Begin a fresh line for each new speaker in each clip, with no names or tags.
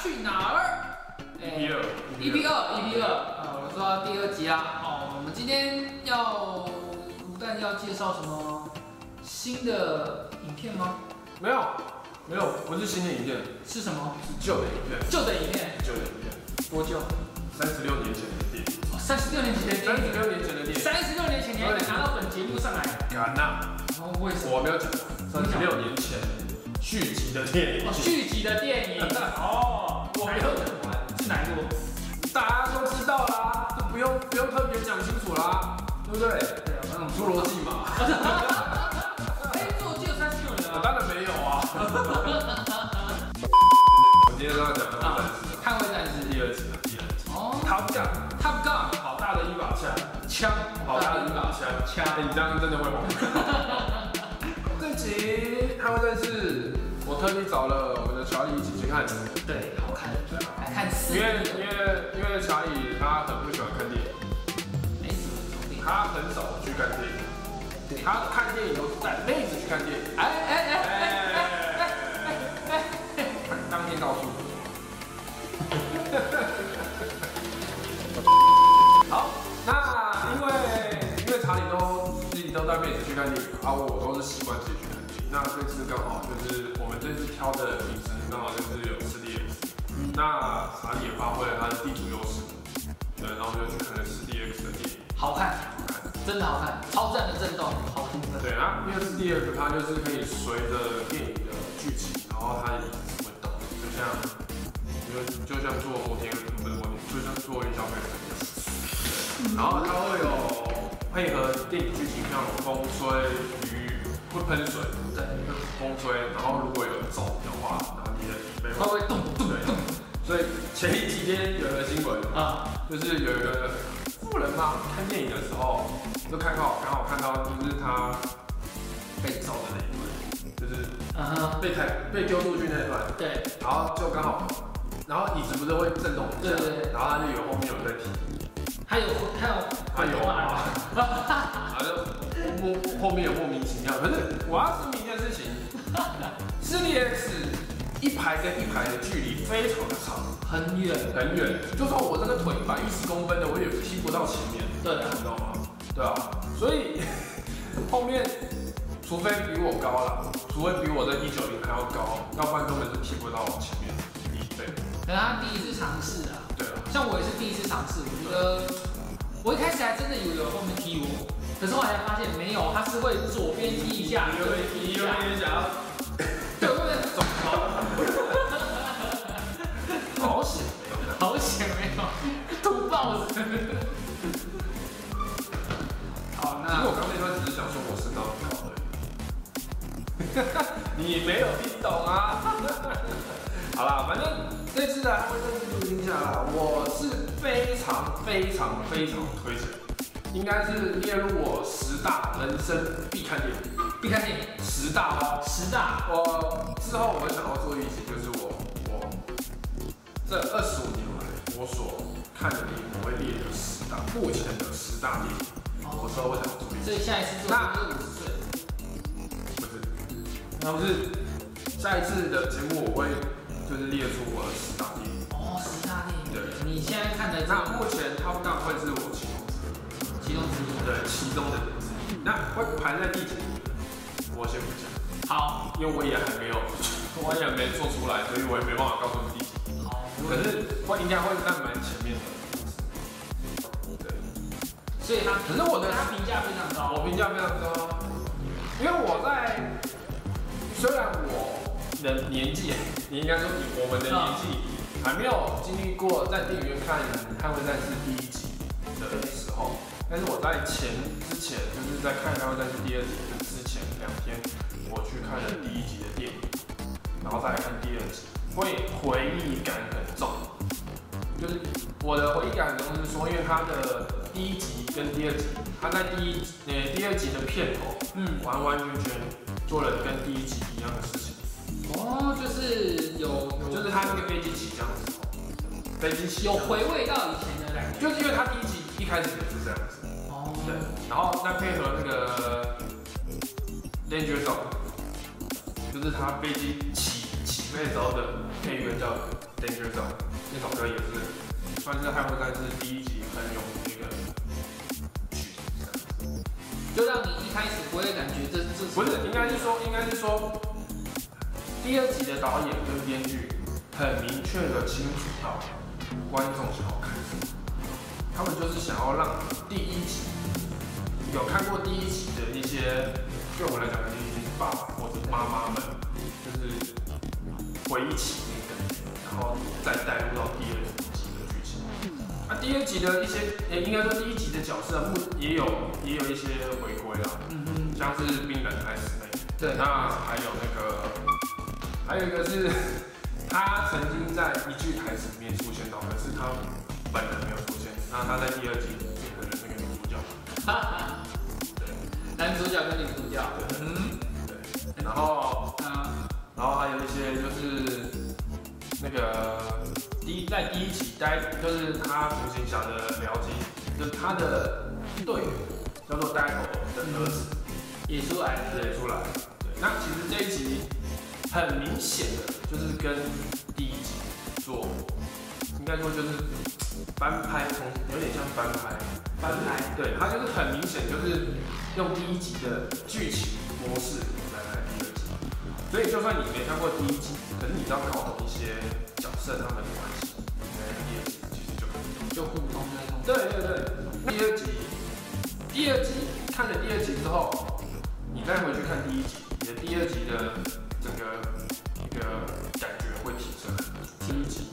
去哪儿？
一
EP
六
一 B 二一 B 二啊，我们说到第二集啦。哦，我们今天要吴旦要介绍什么新的影片吗？
没有没有，不是新的影片，
是什么？
是旧的影片，
旧的影片
旧的影片，
多久？
三十六年前的电影，
三十六年前的
三
电
十
影。
六年前的电影，
三十六年前你还敢拿到本节目上来？
敢呐！
然后为什么？
我没有讲过，三十六年前续集的电影
哦，，续集的电影。哦，我没有讲完，是哪一部？
大家都知道啦，都不用不用特别讲清楚啦，对不对？
对啊，我
侏罗纪嘛，
哎，做旧三十六年
我
啊。
当然没有啊。我今天都要讲的是
捍卫战士。
第二集的第二集，
哦
好讲，
，Top Gun
好大的一把枪，
枪，
好大的一把枪。
枪。
哎，你这样真的会红。 这集他们认识，我特地找了我们的乔伊一起去看，
对，好看，来哎看四
因为
个，
因为因为乔伊他很不喜欢看电影，
没什么重点。
他很少去看电影，
对，
他看电影都是带妹子去看电影。
哎哎哎哎哎哎哎，
当面告诉我。好，那因为因为查理都自己都带妹子去看电影啊，我我都是习惯自己去看电影。那这次刚好就是我们这次挑的影城刚好就是有四 D X，那查理也发挥了他的地图优势，对，然后我们就去看了四 D X 的电影。
好看，真的好看，超赞的震动，好听的。
对，然后因为四 D X 它就是可以随着电影的剧情，然后它也会动，就像就就像做摩天不是摩天，就像做云霄飞车一样。对然后它会有配合电影剧情，像风吹雨会喷水，
对，
风吹，然后如果有走的话，然后你的椅背
会
会。
不会动动动
所以前几天有个新闻，
啊？
就是有一个富人嘛，看电影的时候就看到刚好看到就是他被揍的那一段，就是
嗯哼，
被抬被丢出去那一段，
对
然后就刚好，然后椅子不是会震动一下
对，对，
然后他就有后面有人在踢，
还有还有
他有啊，
啊
然后就莫后面有莫名其妙，可是我要声明一件事情， 四 D X 一排跟一排的距离非常的长，
很远，
很远，就算我这个腿一百一十公分的，我也踢不到前面。
对
你知道吗？对啊，所以 后面除非比我高了，除非比我的一九零还要高，要不然根本就踢不到我前面一倍。
可能他第一次尝试啊，
对啊，
像我也是第一次尝试，我觉得我一开始还真的以为有后面踢我，可是后来发现没有，他是会左边踢一下，右边踢一下，
点想要
对，我也
走高，好险没有看到。
好险没有吐豹子。好，
其实
那
我刚那段只是想说我身高很高而已，你没有听懂啊。 好啦，反正这次的安徽政治录音下来，我是非常非常非常推荐，应该是列入我十大人生必看电影，
必看电影
十大哦。
十大，
我之后我会想要做一集，就是我我这二十五年来我所看的电影，我会列的十大，目前的十大电影，我之后会想要做一集
所。以下一次做
那
就是五十岁，
不是，那不是下一次的节目我会就是列出我的十大电影。
哦，十大电影，
对
你现在看的
那
这
目前 Top Gun 会是我其
其
中之
中之
一
一，
对其中的之一。那会排在第几名？我先不讲，
好，
因为我也还没有， 我也没做出来，所以我也没办法告诉你第几。
好，
可是会应该会在蛮前面的。对，
所以他
可是我的
他评价非常高，
我评价非常高，因为我在虽然我的年纪，你应该说比我们的年纪还没有经历过在电影院看《捍卫战士》第一集的时候，但是我在前之前就是在看《捍卫战士》第二集的之前两天，我去看了第一集的电影，然后再来看第二集，会回忆感很重。就是我的回忆感很重，是说，因为它的第一集跟第二集，它在第一呃第二集的片头
嗯，
完完全全做了跟第一集一样的事情，
哦，就是有
就是他那个飞机起降的时候，飞机起
有
降，
回味到以前的感觉，
就是因为他第一集一开始也是这样子，
哦，
对，然后再配合那个 Danger Zone，就是他飞机起起飞的时候的配乐叫 Danger Zone》那首歌也是算是《捍卫战士》第一集很有名的曲子这样子。
就让你一开始不会感觉这这
不是，应该是说，应该是说，第二集的导演跟编剧很明确的清楚到观众想要看什么，他们就是想要让第一集有看过第一集的那些，对我来讲就是爸爸或者妈妈们，就是回忆起那个，然后再带入到第二集的剧情。那、第二集的一些，也应该说第一集的角色目也有也有一些回归啊。
嗯嗯，
像是冰冷爱斯妹，
对，
那还有那个，还有一个是 他曾经在一句台词里面出现到，可是他本人没有出现。那他在第二集演的那个女主角，
哈哈，男主角跟女主角，嗯，
对，然后
啊，
然后还有一些就是那个第一在第一集待就是他独行侠的僚机，就是他的队友叫做 d a 的儿子。
也出来了，
对，出来。对，那其实这一集很明显的就是跟第一集做，应该说就是翻拍，从有点像翻拍，
翻拍，
对，它就是很明显就是用第一集的剧情模式来拍第二集，所以就算你没看过第一集，可是你只要搞懂一些角色他们的关系，那第二集其实就可以。
就互通那种，
对对对，第二集，第二集看了第二集之后，你再回去看第一集，你的第二集的整个一个感觉会提升很多。第一集，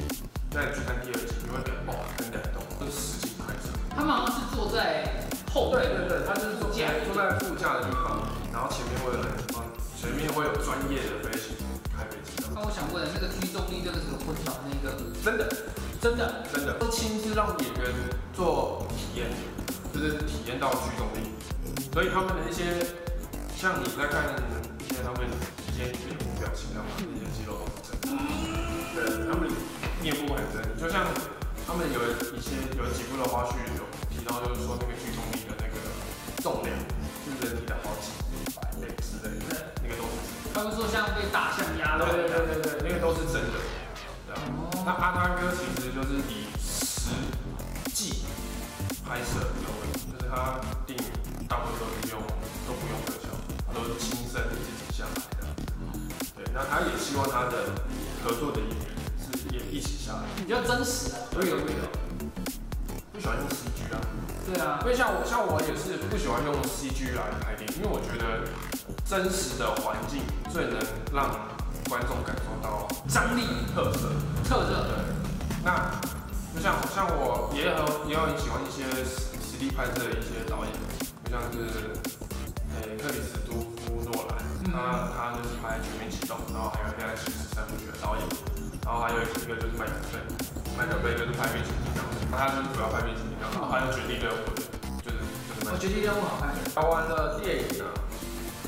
再去看第二集，你会觉得哇，很感动，这实景拍摄。
他们好像是坐在后
对
面，
对对，它就是坐在坐在副驾的地方，然后前面会有人帮，前面会有专业的飞行开飞机的，
那我想问，那个居重力这个是有混淆那个，
真的
真的，
真的都亲自让演员做体验，就是体验到驱动力，所以他们的一些像你在看一些他们一些面部表情啊，那些肌肉都很真，对，他们面部很真，就像他们有一些有几部的花絮有提到，就是说那个驱动力的那个重量是人体的好几百倍之类的，那个都是
他们说像被大象压了，
对对对对对，那个都是真的，对啊。那
哦，
阿汤哥其实就是以实际拍摄为为主，就是他电影大部分都是用都不用特效，他都是亲身自己下来的。对，那他也希望他的合作的演员是也一起下来，
比较真实啊，
所以有味道。不喜欢用 CG 啊，
对啊，
因为像我像我也是不喜欢用 CG 来拍电影，因为我觉得真实的环境最能让观众感受到
张力
特色。
特色，
对，那就像像我也很也很喜欢一些实实力拍摄的一些导演，就像是诶、克里斯多夫诺兰，
嗯
他他就是拍《全面启动》，然后还有《黑暗骑士》三部曲的导演，然后还有一个就是麦可贝，麦可贝就是拍《变形金刚》，那他就是主要拍《变形金刚》，然后还有《绝地任务》的，就是就是
我。
麦
觉得任务好看，
聊完了电影啊，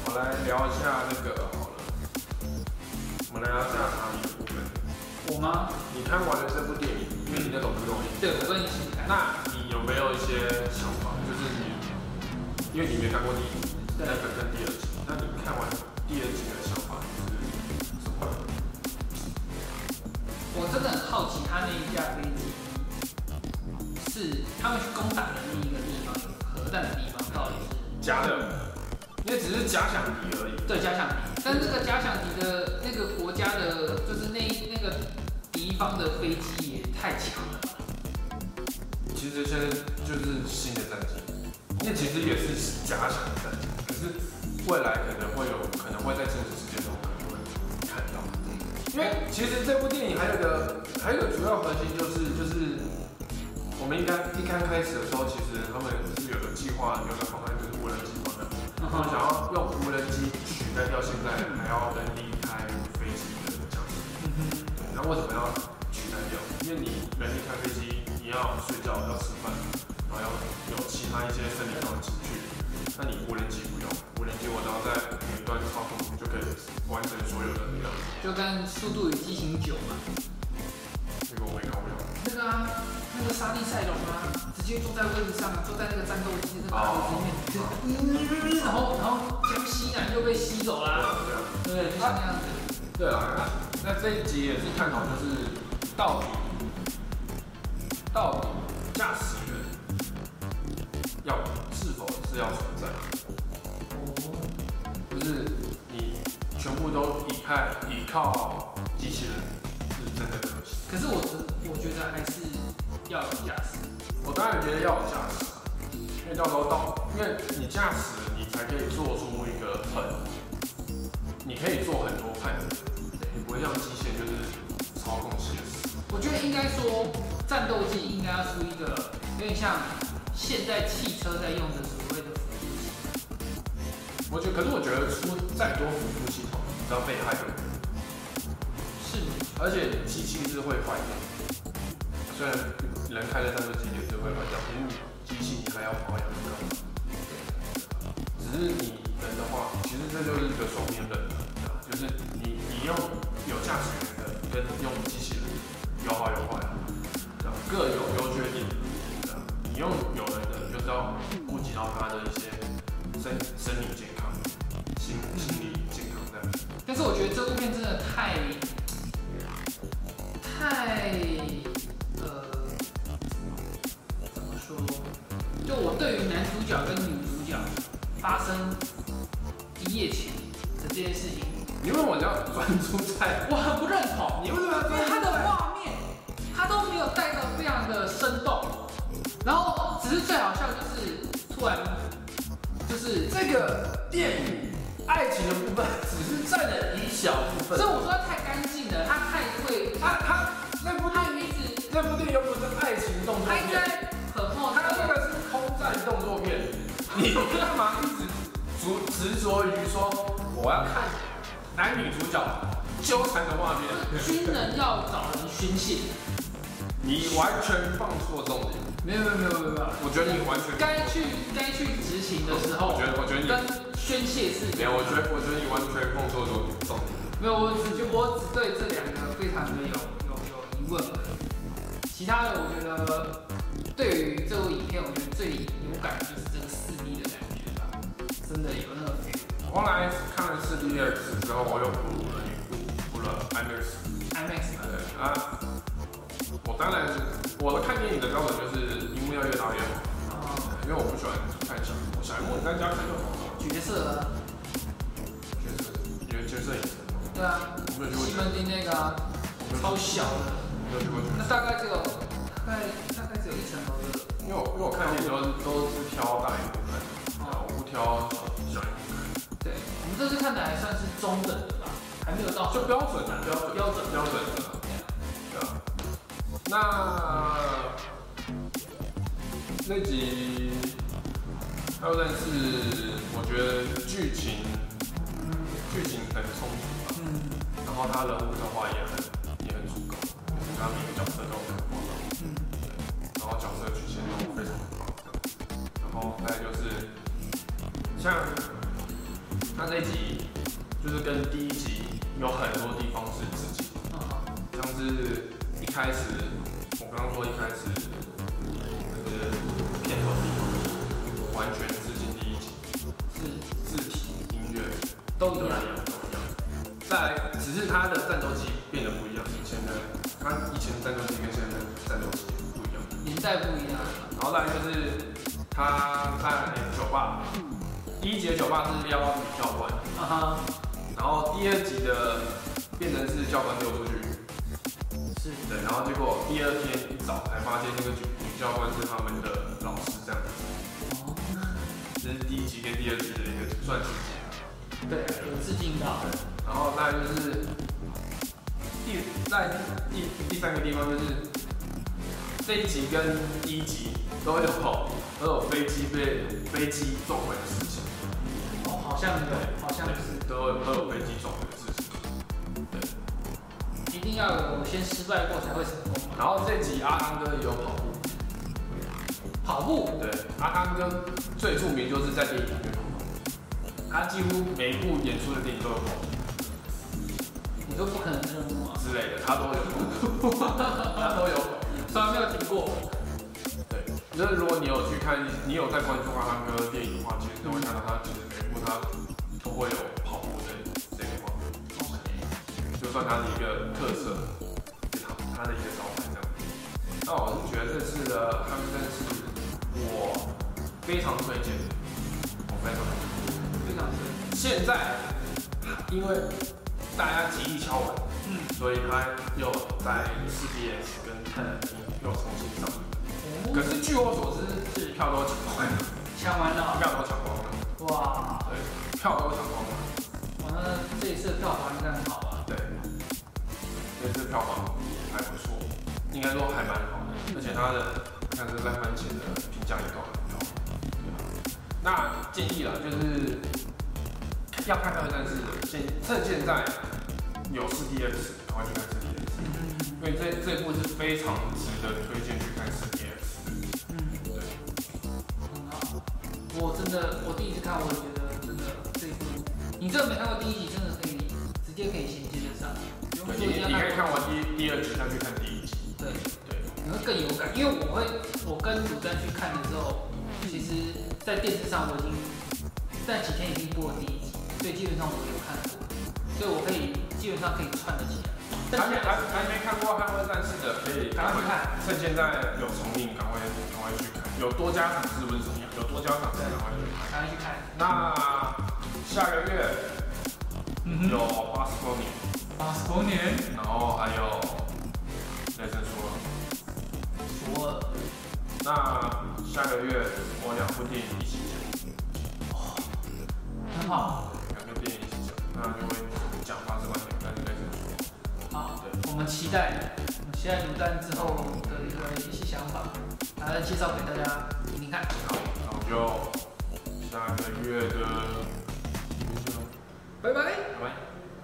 我来聊一下那个好了，我们来聊一下哪里的部分。
我吗？
你看完了这部电影，因为你那种不容易。
对，我跟你一起看，
那你有没有一些想法？就是你，因为你没看过第一集，那
对
个跟第二集，那你看完第二集的想法是什么？
我真的很好奇，他那一架飞机是他们去攻打的另一个地方，有核弹的地方到底是？
假的，因为只是假想敌而已。
对，假想敌，但这个假想敌的那个国家的，就是那那个敌方的飞机也太强了吧？
其实现在就是新的战机，那其实也是假想的战机，可是未来可能会有，可能会在真实世界中可能会看到。因为其实这部电影还有一个还有一个主要核心就是就是我们应该一刚开始的时候，其实他们是有个计划，有个方案就是无人机方案，
嗯
他们
哼
想要用无人机取代掉现在还要人离开飞机的角色。
嗯哼
对那为什么要取代掉？因为你人力开飞机，你要睡觉，要吃饭，然后要有其他一些生理上的情绪。那你无人机不用，无人机我只要在远端操控就可以完成所有的力量。
就跟《速度与激情九》嘛，
这个我也搞不了。
那个啊，那个沙利塞隆啊，直接坐在位置上啊，坐在那个战斗机那个大楼里面，就然后然后江西南就被吸走
对
啦，
啊，对啊。
对，就像那样子。
对啊，那这一集也是探讨就是大到底到底驾驶员要是否是要存在？
哦，
就是你全部都依靠依靠机器人，是真的可惜。
可是我觉我觉得还是要有驾驶。
我当然觉得要有驾驶啊，因为到时候到，因为你驾驶，你才可以做出一个很，你可以做很多判断，你不会像机械就是操控系统。
我觉得应该说，战斗机应该要出一个有点像现在汽车在用的所谓的辅助系统
我觉得，可是我觉得出再多辅助系统，你知道被害人，
是没错
而且机器是会坏掉，虽然人开的战斗机也是会坏掉，因为你机器你还要保养你干嘛？只是你人的话，其实这就是一个双面刃啊，就是你你用有驾驶员的跟用机器人有好有坏啊，对啊各有优缺点。对啊你用有人的，就是要顾及到他的一些身身体健康、心心理健康这样。
但是我觉得这部片真的太太呃，怎么说？就我对于男主角跟女主角发生一夜情的这件事情，
你为什么要专注在？
我很不认同，
你为什么要
因
专
为
注
它的
在？
画面它都没有带的非常的生动，然后只是最好笑就是突然就是
这个电影爱情的部分只是占了一小部
所以我说它太干净了，它太会，
他他那部
它一直
那部电影又不是爱情动作
它一直
片，
在很后
他这
面。
个是空战动作片，你干嘛一直执执着于说我要看男女主角纠缠的画面？
军人要找人宣泄，
你完全放错重点，
没有没有没有没有没有，
我觉得你完全
该去该去执行的时候
我觉，得我觉得你
跟宣泄是
没有，我觉得我觉得你完全放错重重点。
没有，我只就我只对这两个非常的有有有疑问而已，其他的我觉得对于这部影片，我觉得最有感的就是这个四 D 的感觉吧，真的有那个 feel。
我后来看了四 D X 之后，我又补了一部补了 IMAX。
IMAX 嘛，
对啊，我当然我看电影的标准就是荧幕要越大越好。
然后
因为我不喜欢看小荧幕，小荧幕你在家看就好了。
角色啊，
角色，因为角色也是，
对啊，
我没有去过
西，门町那个啊超小的，
我没有去过，
那大概只有大概大概只有一层楼的。
因为我因为我看电影都都是挑大荧幕看，我不挑小荧幕
对，我们这次看的还算是中等的吧，还没有到
看，就标准的标准
标准
标准的，对啊。那那集还有但是我觉得剧情剧情很充足吧，
嗯
然后他人物的话也很也很足够，就是他每个角色都有刻画到。
嗯，
然后角色曲线都非常好，然后还有就是像它这一集就是跟第一集有很多地方是致敬，
嗯
像是一开始我刚刚说一开始那个片头地方完全致敬第一集，
是
字体、音乐
都
都
有
一样都一样，再来只是它的战斗机变得不一样，以前的它以前战斗机跟现在的战斗机不一样。
年代不一样了。
然后再来就是他在酒吧，第一节酒吧是撩女教官，
啊哈，
然后第二集的变成是教官丢出去，
是
对，然后结果第二天一早才发现那个女女教官是他们的老师，这样，
哦，
这是第一集跟第二集的一个算是结。
对，有致敬到。
然后再来就是第在第第三个地方就是这一集跟第一集都有都有飞机被飞机撞毁的事情。
哦，好像有，好像是，
都有都有飞机撞的事情。
一定要有先失败过才会成功嘛。
然后这集阿汤哥也有跑步，
跑步，
对，阿汤哥最著名就是在电影里面跑步，他几乎每一部演出的电影都有跑步
你说不可能任务啊，
之类的，他都有跑步，他都有跑步。
虽然没有听过，
对，就是如果你有去看，你有在关注阿汤哥的电影的话，其实你会看到他其实每一部他都会有跑步的这个画面，就算他是一个特色，他他的一个召唤这样。那我是呃觉得这次的他们真是我非常推荐，我非常推荐。
非常深。
现在因为大家极力敲完，
嗯，
所以他又在 CBS 跟泰坦厅又重新上映。可
哦，
是据我所知，是票都抢光了，
抢完了，
票都抢光了，
哇，
对，票都抢光了，
哇，那这一次的票房应该很好啊吧？
对。这次票房还不错，应该说还蛮好的，而且它的像是烂番茄的评价也都很高。对啊那建议啦，就是要看《二战士》的，现趁现在有 4DX，赶快去看 4DX。
嗯
因为这这部是非常值得推荐去看 CDX。
嗯，
对，
很好。我真的，我第一次看，我也觉得真的这一部，你真的没看过第一集，真的可以直接可以衔接得上，不用说
你
一定要
你可以
看
看完第第二集再去看第一集。
对。
对，
你会更有感，因为我会，我跟主战去看的时候，其实，在电视上我已经在几天已经播了第一集，所以基本上我有看过，所以我可以基本上可以串得起来。但
还没
是
还还没看过《捍卫战士》的，可以
赶快去看，
趁现在有重映，赶快赶快去看。有多家场是不是重映？有多家场是赶快去看。
赶快去看。
那下个月
嗯
有《巴斯光年
八十光年，》，
然后还有《雷神说》。
我
那下个月我两部电影一起讲，
很好，
两个电影一起讲，那就会讲《巴斯光年》跟《雷神说》。
好，我们期待，我们期待独战之后的一个一些想法，然后再介绍给大家听听看。
然后就下个月的